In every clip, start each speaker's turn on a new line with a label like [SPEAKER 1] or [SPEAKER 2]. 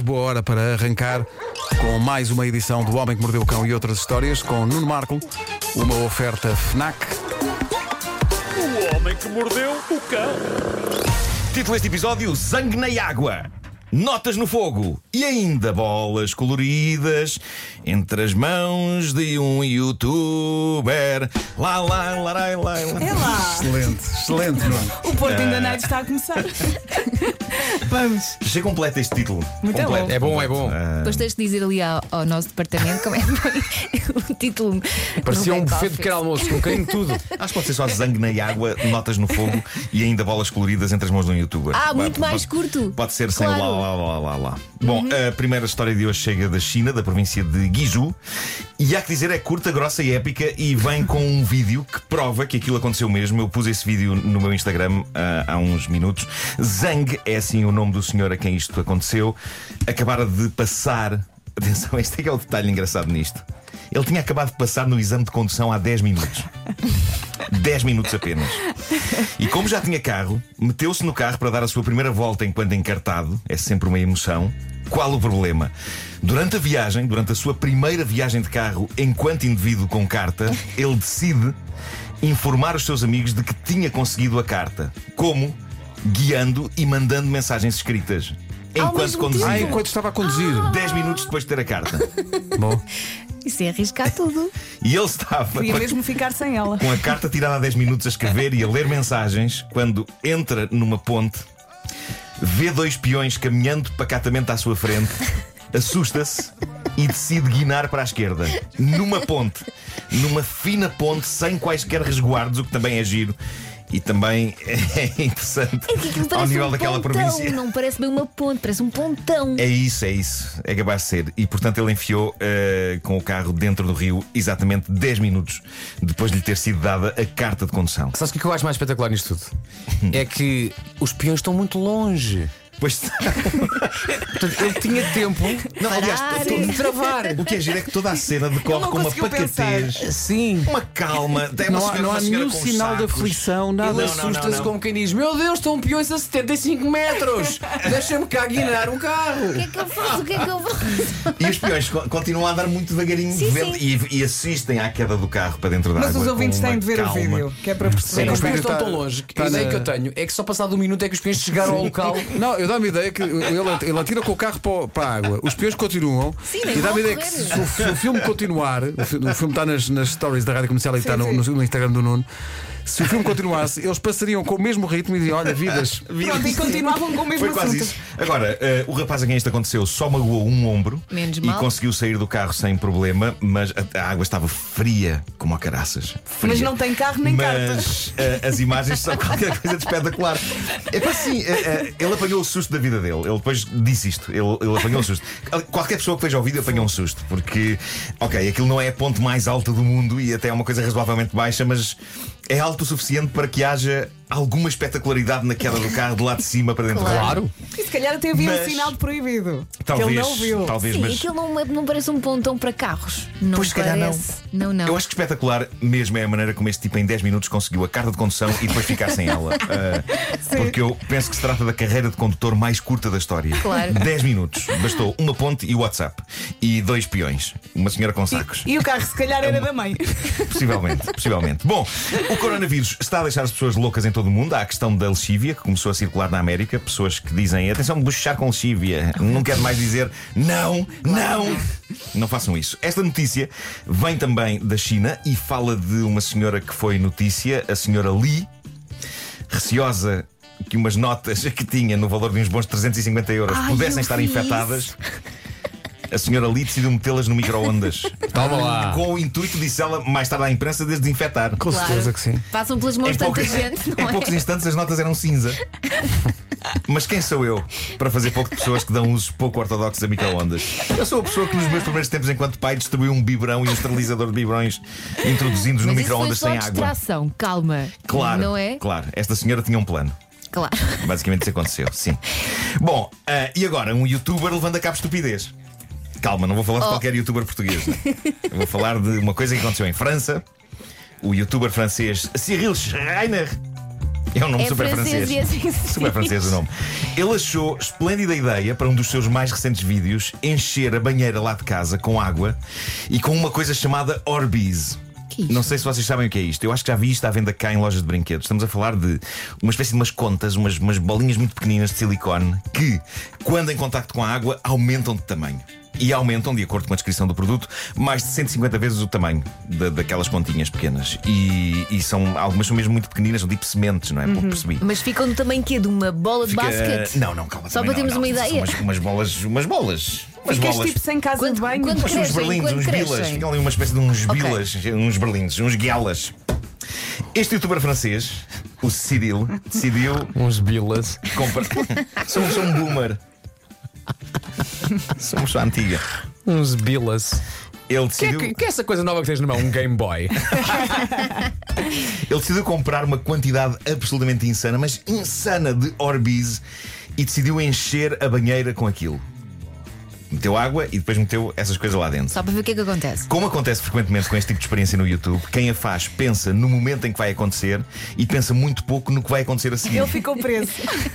[SPEAKER 1] boa hora para arrancar com mais uma edição do Homem que Mordeu o Cão e outras histórias com Nuno Marco, uma oferta FNAC.
[SPEAKER 2] O homem que mordeu o cão.
[SPEAKER 3] Título deste episódio: Zangue na água. Notas no fogo e ainda bolas coloridas entre as mãos de um youtuber. Lá, lá, lá, lá, lá.
[SPEAKER 4] É lá,
[SPEAKER 1] Excelente, excelente, Nuno.
[SPEAKER 4] o Porto
[SPEAKER 3] Ah.
[SPEAKER 4] Enganado está a começar. Vamos.
[SPEAKER 3] Chega completo este título.
[SPEAKER 4] Muito
[SPEAKER 3] completo,
[SPEAKER 4] bom.
[SPEAKER 5] É bom, é bom.
[SPEAKER 6] Depois tens de dizer ali ao, ao nosso departamento como é que foi o título.
[SPEAKER 5] Parecia
[SPEAKER 6] no
[SPEAKER 5] um
[SPEAKER 6] back-office.
[SPEAKER 5] buffet de pequeno almoço, com um bocadinho de tudo.
[SPEAKER 3] Acho que pode ser só zangue na água, notas no fogo e ainda bolas coloridas entre as mãos de um youtuber.
[SPEAKER 6] Ah,
[SPEAKER 3] Vai,
[SPEAKER 6] muito mais
[SPEAKER 3] pode-
[SPEAKER 6] curto.
[SPEAKER 3] Pode ser sem lá,
[SPEAKER 6] Claro. Uhum.
[SPEAKER 3] lá, lá, lá, lá. Bom, a primeira história de hoje chega da China, da província de Guizhou. E há que dizer, é curta, grossa e épica. E vem com um vídeo que prova que aquilo aconteceu mesmo. Eu pus esse vídeo no meu Instagram ah, há uns minutos. Zhang é assim o nome do senhor a quem isto aconteceu. Acabara de passar. Atenção, este é que é o detalhe engraçado nisto. Ele tinha acabado de passar no exame de condução há 10 minutos. 10 minutos apenas. E como já tinha carro, meteu-se no carro para dar a sua primeira volta enquanto encartado. É sempre uma emoção. Qual o problema? Durante a viagem, durante a sua primeira viagem de carro enquanto indivíduo com carta, ele decide informar os seus amigos de que tinha conseguido a carta. Como? Guiando e mandando mensagens escritas. Enquanto
[SPEAKER 6] mesmo
[SPEAKER 3] conduzia.
[SPEAKER 1] Ah,
[SPEAKER 6] tempo.
[SPEAKER 1] enquanto estava a conduzir.
[SPEAKER 3] 10 minutos depois de ter a carta.
[SPEAKER 1] Bom,
[SPEAKER 6] Isso é arriscar tudo.
[SPEAKER 3] E ele estava.
[SPEAKER 4] Podia mesmo ficar sem ela.
[SPEAKER 3] com a carta tirada há 10 minutos a escrever e a ler mensagens, quando entra numa ponte, vê dois peões caminhando pacatamente à sua frente, assusta-se e decide guinar para a esquerda, numa ponte, numa fina ponte, sem quaisquer resguardos, o que também é giro. E também é interessante
[SPEAKER 6] É que aquilo
[SPEAKER 3] ao
[SPEAKER 6] parece
[SPEAKER 3] nível
[SPEAKER 6] um
[SPEAKER 3] daquela
[SPEAKER 6] pontão.
[SPEAKER 3] província.
[SPEAKER 6] Não parece bem uma ponte, parece um pontão.
[SPEAKER 3] É isso, é isso. É capaz de ser. E portanto ele enfiou eh, com o carro dentro do rio exatamente 10 minutos depois de lhe ter sido dada a carta de condução.
[SPEAKER 5] Sabes o que é que eu acho mais espetacular nisto tudo? É que os peões estão muito longe.
[SPEAKER 3] Pois está.
[SPEAKER 5] Portanto, ele tinha tempo
[SPEAKER 3] Não, aliás,
[SPEAKER 6] Parar.
[SPEAKER 3] to-
[SPEAKER 5] de travar.
[SPEAKER 3] o que é giro é que toda a cena decorre
[SPEAKER 4] não
[SPEAKER 3] com uma
[SPEAKER 4] conseguiu
[SPEAKER 3] pacatez,
[SPEAKER 5] Sim.
[SPEAKER 3] uma calma. Tem uma
[SPEAKER 1] Não há-
[SPEAKER 3] senhora-
[SPEAKER 1] não há
[SPEAKER 3] uma senhora
[SPEAKER 1] nenhum
[SPEAKER 3] com
[SPEAKER 1] sinal de
[SPEAKER 3] sacos.
[SPEAKER 1] aflição, nada.
[SPEAKER 3] Não,
[SPEAKER 5] Ele
[SPEAKER 3] não, não,
[SPEAKER 5] assusta-se
[SPEAKER 3] não.
[SPEAKER 5] como quem diz: Meu Deus, estão peões a 75 metros! Deixa-me cá guinar um
[SPEAKER 6] O que
[SPEAKER 5] carro!
[SPEAKER 6] é que eu faço? O que é que eu faço?
[SPEAKER 3] E os peões co- continuam a andar muito devagarinho
[SPEAKER 6] Sim,
[SPEAKER 3] vendo- E, e assistem à queda do carro para dentro da
[SPEAKER 4] Mas
[SPEAKER 3] água.
[SPEAKER 4] os
[SPEAKER 3] com
[SPEAKER 4] ouvintes
[SPEAKER 3] uma
[SPEAKER 4] têm de ver
[SPEAKER 3] calma.
[SPEAKER 4] o vídeo, que é para
[SPEAKER 3] Sim.
[SPEAKER 4] perceber.
[SPEAKER 5] Os peões
[SPEAKER 1] Está-
[SPEAKER 5] estão tão longe. que
[SPEAKER 1] está
[SPEAKER 5] a ideia
[SPEAKER 1] na-
[SPEAKER 5] que eu tenho é que só passado um minuto é que os peões chegaram ao local.
[SPEAKER 1] Não, eu dá-me a ideia que ele, ele atira com o carro para, o- para a água, os peões continuam
[SPEAKER 6] Sim, nem
[SPEAKER 1] e dá-me a
[SPEAKER 6] vão
[SPEAKER 1] ideia que se,
[SPEAKER 6] correr.
[SPEAKER 1] o- se o filme continuar, o, fi- o filme está nas, nas stories da rádio comercial e está no,
[SPEAKER 4] sim.
[SPEAKER 1] no- no Instagram do Nuno. Se o filme continuasse, eles passariam com o mesmo ritmo e diziam: Olha, vidas,
[SPEAKER 4] Pronto, e continuavam com o mesmo
[SPEAKER 3] Foi quase
[SPEAKER 4] assunto.
[SPEAKER 3] isso. Agora, eh, o rapaz a quem isto aconteceu só magoou um ombro
[SPEAKER 6] Menos
[SPEAKER 3] e
[SPEAKER 6] mal.
[SPEAKER 3] conseguiu sair do carro sem problema, mas a, a água estava fria como a caraças. Fria.
[SPEAKER 4] Mas não tem carro nem carta.
[SPEAKER 3] Mas eh, as imagens são qualquer coisa de espetacular. É para assim, eh, eh, ele apanhou o susto da vida dele. Ele depois disse isto. Ele, ele apanhou o susto. Qualquer pessoa que veja o vídeo apanhou um susto, porque, ok, aquilo não é a ponte mais alta do mundo e até é uma coisa razoavelmente baixa, mas é alto o suficiente para que haja alguma espetacularidade na queda do carro de lá de cima para dentro do carro.
[SPEAKER 5] Claro!
[SPEAKER 4] E se calhar até havia um
[SPEAKER 3] Mas-
[SPEAKER 4] sinal de proibido.
[SPEAKER 3] Talvez,
[SPEAKER 4] que ele não viu.
[SPEAKER 3] talvez,
[SPEAKER 6] Sim,
[SPEAKER 3] mas
[SPEAKER 6] aquilo não, é- não parece um pontão para carros. Não
[SPEAKER 3] Pois, se calhar, não.
[SPEAKER 6] parece. Não, não.
[SPEAKER 3] Eu acho que espetacular mesmo é a maneira como este tipo em 10 minutos conseguiu a carta de condução e depois ficar sem ela. Ah, porque eu penso que se trata da carreira de condutor mais curta da história.
[SPEAKER 6] Claro.
[SPEAKER 3] 10 minutos. Bastou uma ponte e o WhatsApp. E dois peões. Uma senhora com sacos.
[SPEAKER 4] E o carro se calhar era da mãe.
[SPEAKER 3] Possivelmente, possivelmente. Bom, o coronavírus está a deixar as pessoas loucas em todo o mundo. Há a questão da lexívia que começou a circular na América. Pessoas que dizem, atenção, bochechar com lexívia. Não quero mais dizer, não, não. Não façam isso. Esta notícia vem também da China e fala de uma senhora que foi notícia, a senhora Li, receosa que umas notas que tinha no valor de uns bons 350 euros
[SPEAKER 6] Ai,
[SPEAKER 3] pudessem
[SPEAKER 6] eu
[SPEAKER 3] estar
[SPEAKER 6] vi
[SPEAKER 3] infectadas. A senhora Li decidiu metê-las no micro-ondas.
[SPEAKER 5] Toma lá!
[SPEAKER 3] Com o intuito, disse ela mais tarde à imprensa, de as desinfetar.
[SPEAKER 1] com
[SPEAKER 6] Ah. Claro.
[SPEAKER 1] certeza que sim.
[SPEAKER 6] Passam pelas mãos
[SPEAKER 3] Em,
[SPEAKER 6] tanta
[SPEAKER 3] poucas-
[SPEAKER 6] gente,
[SPEAKER 3] em
[SPEAKER 6] não é?
[SPEAKER 3] poucos instantes as notas eram cinza. Mas quem sou eu para fazer pouco de pessoas que dão usos pouco ortodoxos a microondas? Eu sou a pessoa que nos meus primeiros tempos enquanto pai distribuiu um biberão e um esterilizador de biberões introduzindo-os no
[SPEAKER 6] Mas isso foi
[SPEAKER 3] microondas
[SPEAKER 6] só
[SPEAKER 3] sem água.
[SPEAKER 6] distração, calma.
[SPEAKER 3] Claro,
[SPEAKER 6] Não é?
[SPEAKER 3] claro. Esta senhora tinha um plano.
[SPEAKER 6] Claro.
[SPEAKER 3] Basicamente isso aconteceu, sim. Bom, ah, e agora um youtuber levando a cabo estupidez. Calma, não vou
[SPEAKER 6] Oh.
[SPEAKER 3] falar de qualquer youtuber português. né? Eu vou falar de uma coisa que aconteceu em França. O youtuber francês Cyril Schreiner É um nome
[SPEAKER 6] É
[SPEAKER 3] super
[SPEAKER 6] francês
[SPEAKER 3] francês.
[SPEAKER 6] e assim se
[SPEAKER 3] super
[SPEAKER 6] diz.
[SPEAKER 3] francês o nome. Ele achou esplêndida ideia para um dos seus mais recentes vídeos encher a banheira lá de casa com água e com uma coisa chamada Orbeez.
[SPEAKER 6] Que isto?
[SPEAKER 3] Não sei se vocês sabem o que é isto. Eu acho que já vi isto à venda cá em lojas de brinquedos. Estamos a falar de uma espécie de umas contas, umas, umas bolinhas muito pequeninas de silicone que, quando em contacto com a água, aumentam de tamanho. E aumentam, de acordo com a descrição do produto, mais de 150 vezes o tamanho da- daquelas continhas pequenas. E, e são algumas são mesmo muito pequeninas, são tipo sementes, não é? Pelo que percebi.
[SPEAKER 6] Uhum. Mas ficam do tamanho que é de uma bola de
[SPEAKER 3] Fica-
[SPEAKER 6] basquete?
[SPEAKER 3] Não, não, calma.
[SPEAKER 6] Só
[SPEAKER 3] também
[SPEAKER 6] para termos
[SPEAKER 3] não, não.
[SPEAKER 6] uma
[SPEAKER 3] São
[SPEAKER 6] ideia.
[SPEAKER 3] Umas, umas bolas. Umas bolas. Umas
[SPEAKER 4] Ficas
[SPEAKER 3] bolas.
[SPEAKER 4] tipo sem casa
[SPEAKER 6] Quando-
[SPEAKER 4] de banho.
[SPEAKER 6] quando-
[SPEAKER 3] Mas uns
[SPEAKER 6] Crescem,
[SPEAKER 3] berlindos,
[SPEAKER 6] quando
[SPEAKER 3] uns bilas,
[SPEAKER 6] crescem.
[SPEAKER 3] ficam ali uma espécie de uns
[SPEAKER 6] Ok.
[SPEAKER 3] bilas, uns berlindos, uns guialas. Este youtuber francês, o Cyril, decidiu
[SPEAKER 5] Uns bilas.
[SPEAKER 3] comprar. Somos um boomer. Somos a antiga.
[SPEAKER 5] Uns bilas.
[SPEAKER 3] Ele
[SPEAKER 5] Que é,
[SPEAKER 3] decidiu,
[SPEAKER 5] que, que é essa coisa nova que tens na mão? Um Game Boy.
[SPEAKER 3] ele decidiu comprar uma quantidade absolutamente insana, mas insana de Orbeez e decidiu encher a banheira com aquilo. Meteu água e depois meteu essas coisas lá dentro.
[SPEAKER 6] Só para ver o que é que acontece.
[SPEAKER 3] Como acontece frequentemente com este tipo de experiência no YouTube, quem a faz pensa no momento em que vai acontecer e pensa muito pouco no que vai acontecer a seguir.
[SPEAKER 4] Ele ficou preso.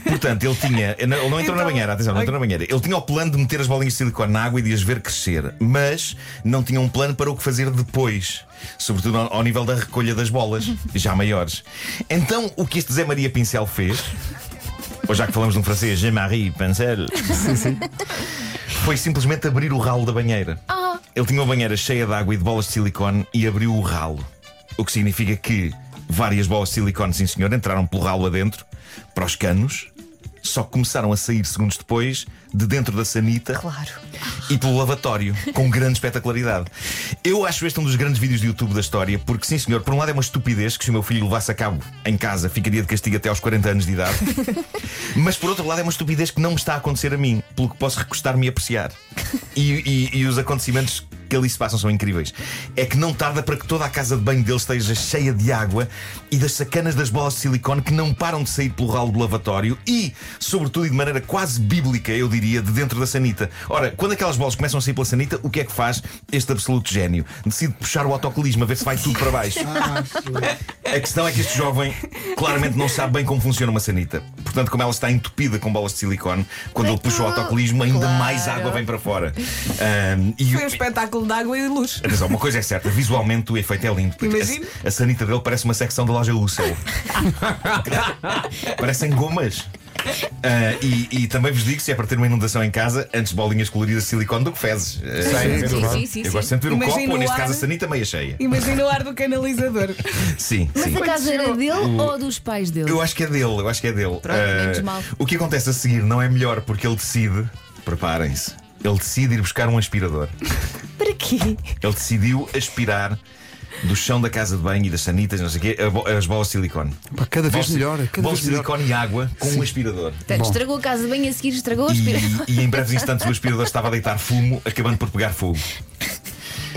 [SPEAKER 3] Portanto, ele tinha. Ele não entrou na
[SPEAKER 4] Então-
[SPEAKER 3] banheira, atenção, não entrou na banheira. Ele tinha o plano de meter as bolinhas de silicone na água e de as ver crescer, mas não tinha um plano para o que fazer depois, sobretudo ao, ao nível da recolha das bolas, já maiores. Então, o que este Zé Maria Pincel fez, ou já que falamos de um francês, Jean-Marie Pincel, foi simplesmente abrir o ralo da banheira. Ele tinha uma banheira cheia de água e de bolas de silicone e abriu o ralo. O que significa que várias bolas de silicone, sim senhor, entraram pelo ralo adentro, para os canos, só que começaram a sair segundos depois, de dentro da sanita
[SPEAKER 6] Claro.
[SPEAKER 3] e pelo lavatório, com grande espetacularidade. Eu acho este um dos grandes vídeos de YouTube da história, porque, sim, senhor, por um lado é uma estupidez que se o meu filho levasse a cabo em casa, ficaria de castigo até aos 40 anos de idade. Mas, por outro lado, é uma estupidez que não me está a acontecer a mim, pelo que posso recostar-me e apreciar. E, e- e os acontecimentos que ali se passam são incríveis. É que não tarda para que toda a casa de banho dele esteja cheia de água e das sacanas das bolas de silicone que não param de sair pelo ralo do lavatório e, sobretudo e de maneira quase bíblica, eu diria, de dentro da sanita. Ora, quando aquelas bolas começam a sair pela sanita, o que é que faz este absoluto gênio? Decide puxar o autocolismo a ver se vai tudo para baixo. A questão é que este jovem claramente não sabe bem como funciona uma sanita. Portanto, como ela está entupida com bolas de silicone, quando ele puxa o autocolismo, ainda mais água vem para fora. Ahm, e
[SPEAKER 4] Foi um espetáculo de água e luz.
[SPEAKER 3] Atenção, uma coisa é certa, visualmente o efeito é lindo. porque
[SPEAKER 4] Imagino.
[SPEAKER 3] A, a sanita dele parece uma secção da loja Ussel. Parecem gomas. Ah, e, e também vos digo: se é para ter uma inundação em casa, antes bolinhas coloridas de silicone do que fezes. Ah,
[SPEAKER 6] Sim, sim, sim, sim,
[SPEAKER 3] eu
[SPEAKER 6] sim.
[SPEAKER 3] gosto sempre de ver um
[SPEAKER 4] Imagino
[SPEAKER 3] copo, ou neste
[SPEAKER 4] o ar.
[SPEAKER 3] caso a sanita meia cheia.
[SPEAKER 4] Imagina o ar do canalizador.
[SPEAKER 3] Sim, sim.
[SPEAKER 6] Mas a casa era dele ou dos pais dele?
[SPEAKER 3] Hum. Eu acho que é dele, eu acho que é dele.
[SPEAKER 6] menos
[SPEAKER 3] Ah,
[SPEAKER 6] mal.
[SPEAKER 3] o que acontece a seguir não é melhor porque ele decide, preparem-se, ele decide ir buscar um aspirador.
[SPEAKER 6] Para quê?
[SPEAKER 3] Ele decidiu aspirar do chão da casa de banho e das sanitas, não sei o quê, a bo- as bolas de silicone.
[SPEAKER 1] Pá, cada vez
[SPEAKER 3] Bolas-
[SPEAKER 1] melhor, cada
[SPEAKER 3] bolas
[SPEAKER 1] vez
[SPEAKER 3] de
[SPEAKER 1] melhor.
[SPEAKER 3] silicone e água com um aspirador.
[SPEAKER 6] Portanto, Tá, estragou a casa bem a seguir, estragou a aspirador.
[SPEAKER 3] E, e em breves instantes o aspirador estava a deitar fumo, acabando por pegar fogo.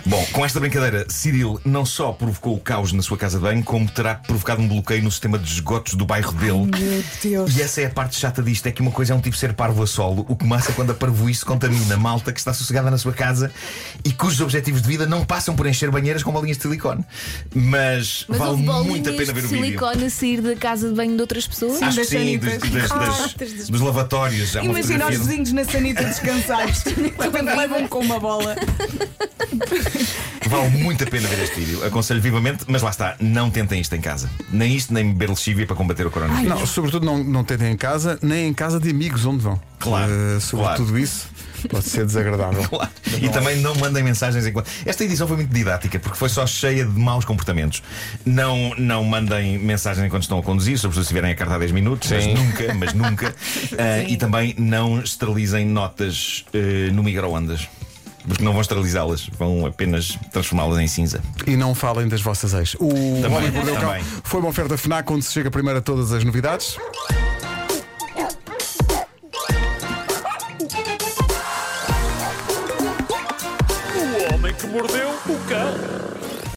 [SPEAKER 3] Bom, com esta brincadeira, Cyril não só provocou o caos na sua casa de banho, como terá provocado um bloqueio no sistema de esgotos do bairro dele.
[SPEAKER 4] Meu Deus.
[SPEAKER 3] E essa é a parte chata disto: é que uma coisa é um tipo ser parvo a solo, o que massa é quando a parvoíce contamina malta que está sossegada na sua casa e cujos objetivos de vida não passam por encher banheiras com bolinhas de silicone. Mas,
[SPEAKER 6] Mas
[SPEAKER 3] vale
[SPEAKER 6] houve
[SPEAKER 3] muito a
[SPEAKER 6] bolinhas
[SPEAKER 3] pena ver
[SPEAKER 6] de
[SPEAKER 3] o vídeo.
[SPEAKER 6] silicone a sair da casa de banho de outras pessoas?
[SPEAKER 3] Acho que
[SPEAKER 4] das
[SPEAKER 3] sim, dos,
[SPEAKER 4] sanitas.
[SPEAKER 3] das- das-
[SPEAKER 4] Ah, das-
[SPEAKER 3] dos lavatórios. Há uma
[SPEAKER 4] Imagina os
[SPEAKER 3] fotografia- um
[SPEAKER 4] vizinhos na sanita descansados. De repente levam com uma bola.
[SPEAKER 3] Vale muito a pena ver este vídeo. Aconselho vivamente, mas lá está, não tentem isto em casa. Nem isto, nem beber lexívia para combater o coronavírus.
[SPEAKER 1] Não, sobretudo não, não tentem em casa, nem em casa de amigos onde vão.
[SPEAKER 3] Claro,
[SPEAKER 1] Eh, sobre
[SPEAKER 3] claro.
[SPEAKER 1] tudo isso, pode ser desagradável.
[SPEAKER 3] Claro. E também não mandem mensagens enquanto. Esta edição foi muito didática porque foi só cheia de maus comportamentos. Não, não mandem mensagens enquanto estão a conduzir, sobretudo se estiverem a carta há 10 minutos, mas nunca, mas nunca. Ah, e também não esterilizem notas eh, no micro-ondas. Porque não vão esterilizá-las, vão apenas transformá-las em cinza.
[SPEAKER 1] E não falem das vossas ex. O Homem que Mordeu o Cão
[SPEAKER 3] também.
[SPEAKER 1] foi uma oferta FNAC onde se chega primeiro a todas as novidades.
[SPEAKER 2] O homem que mordeu o cão.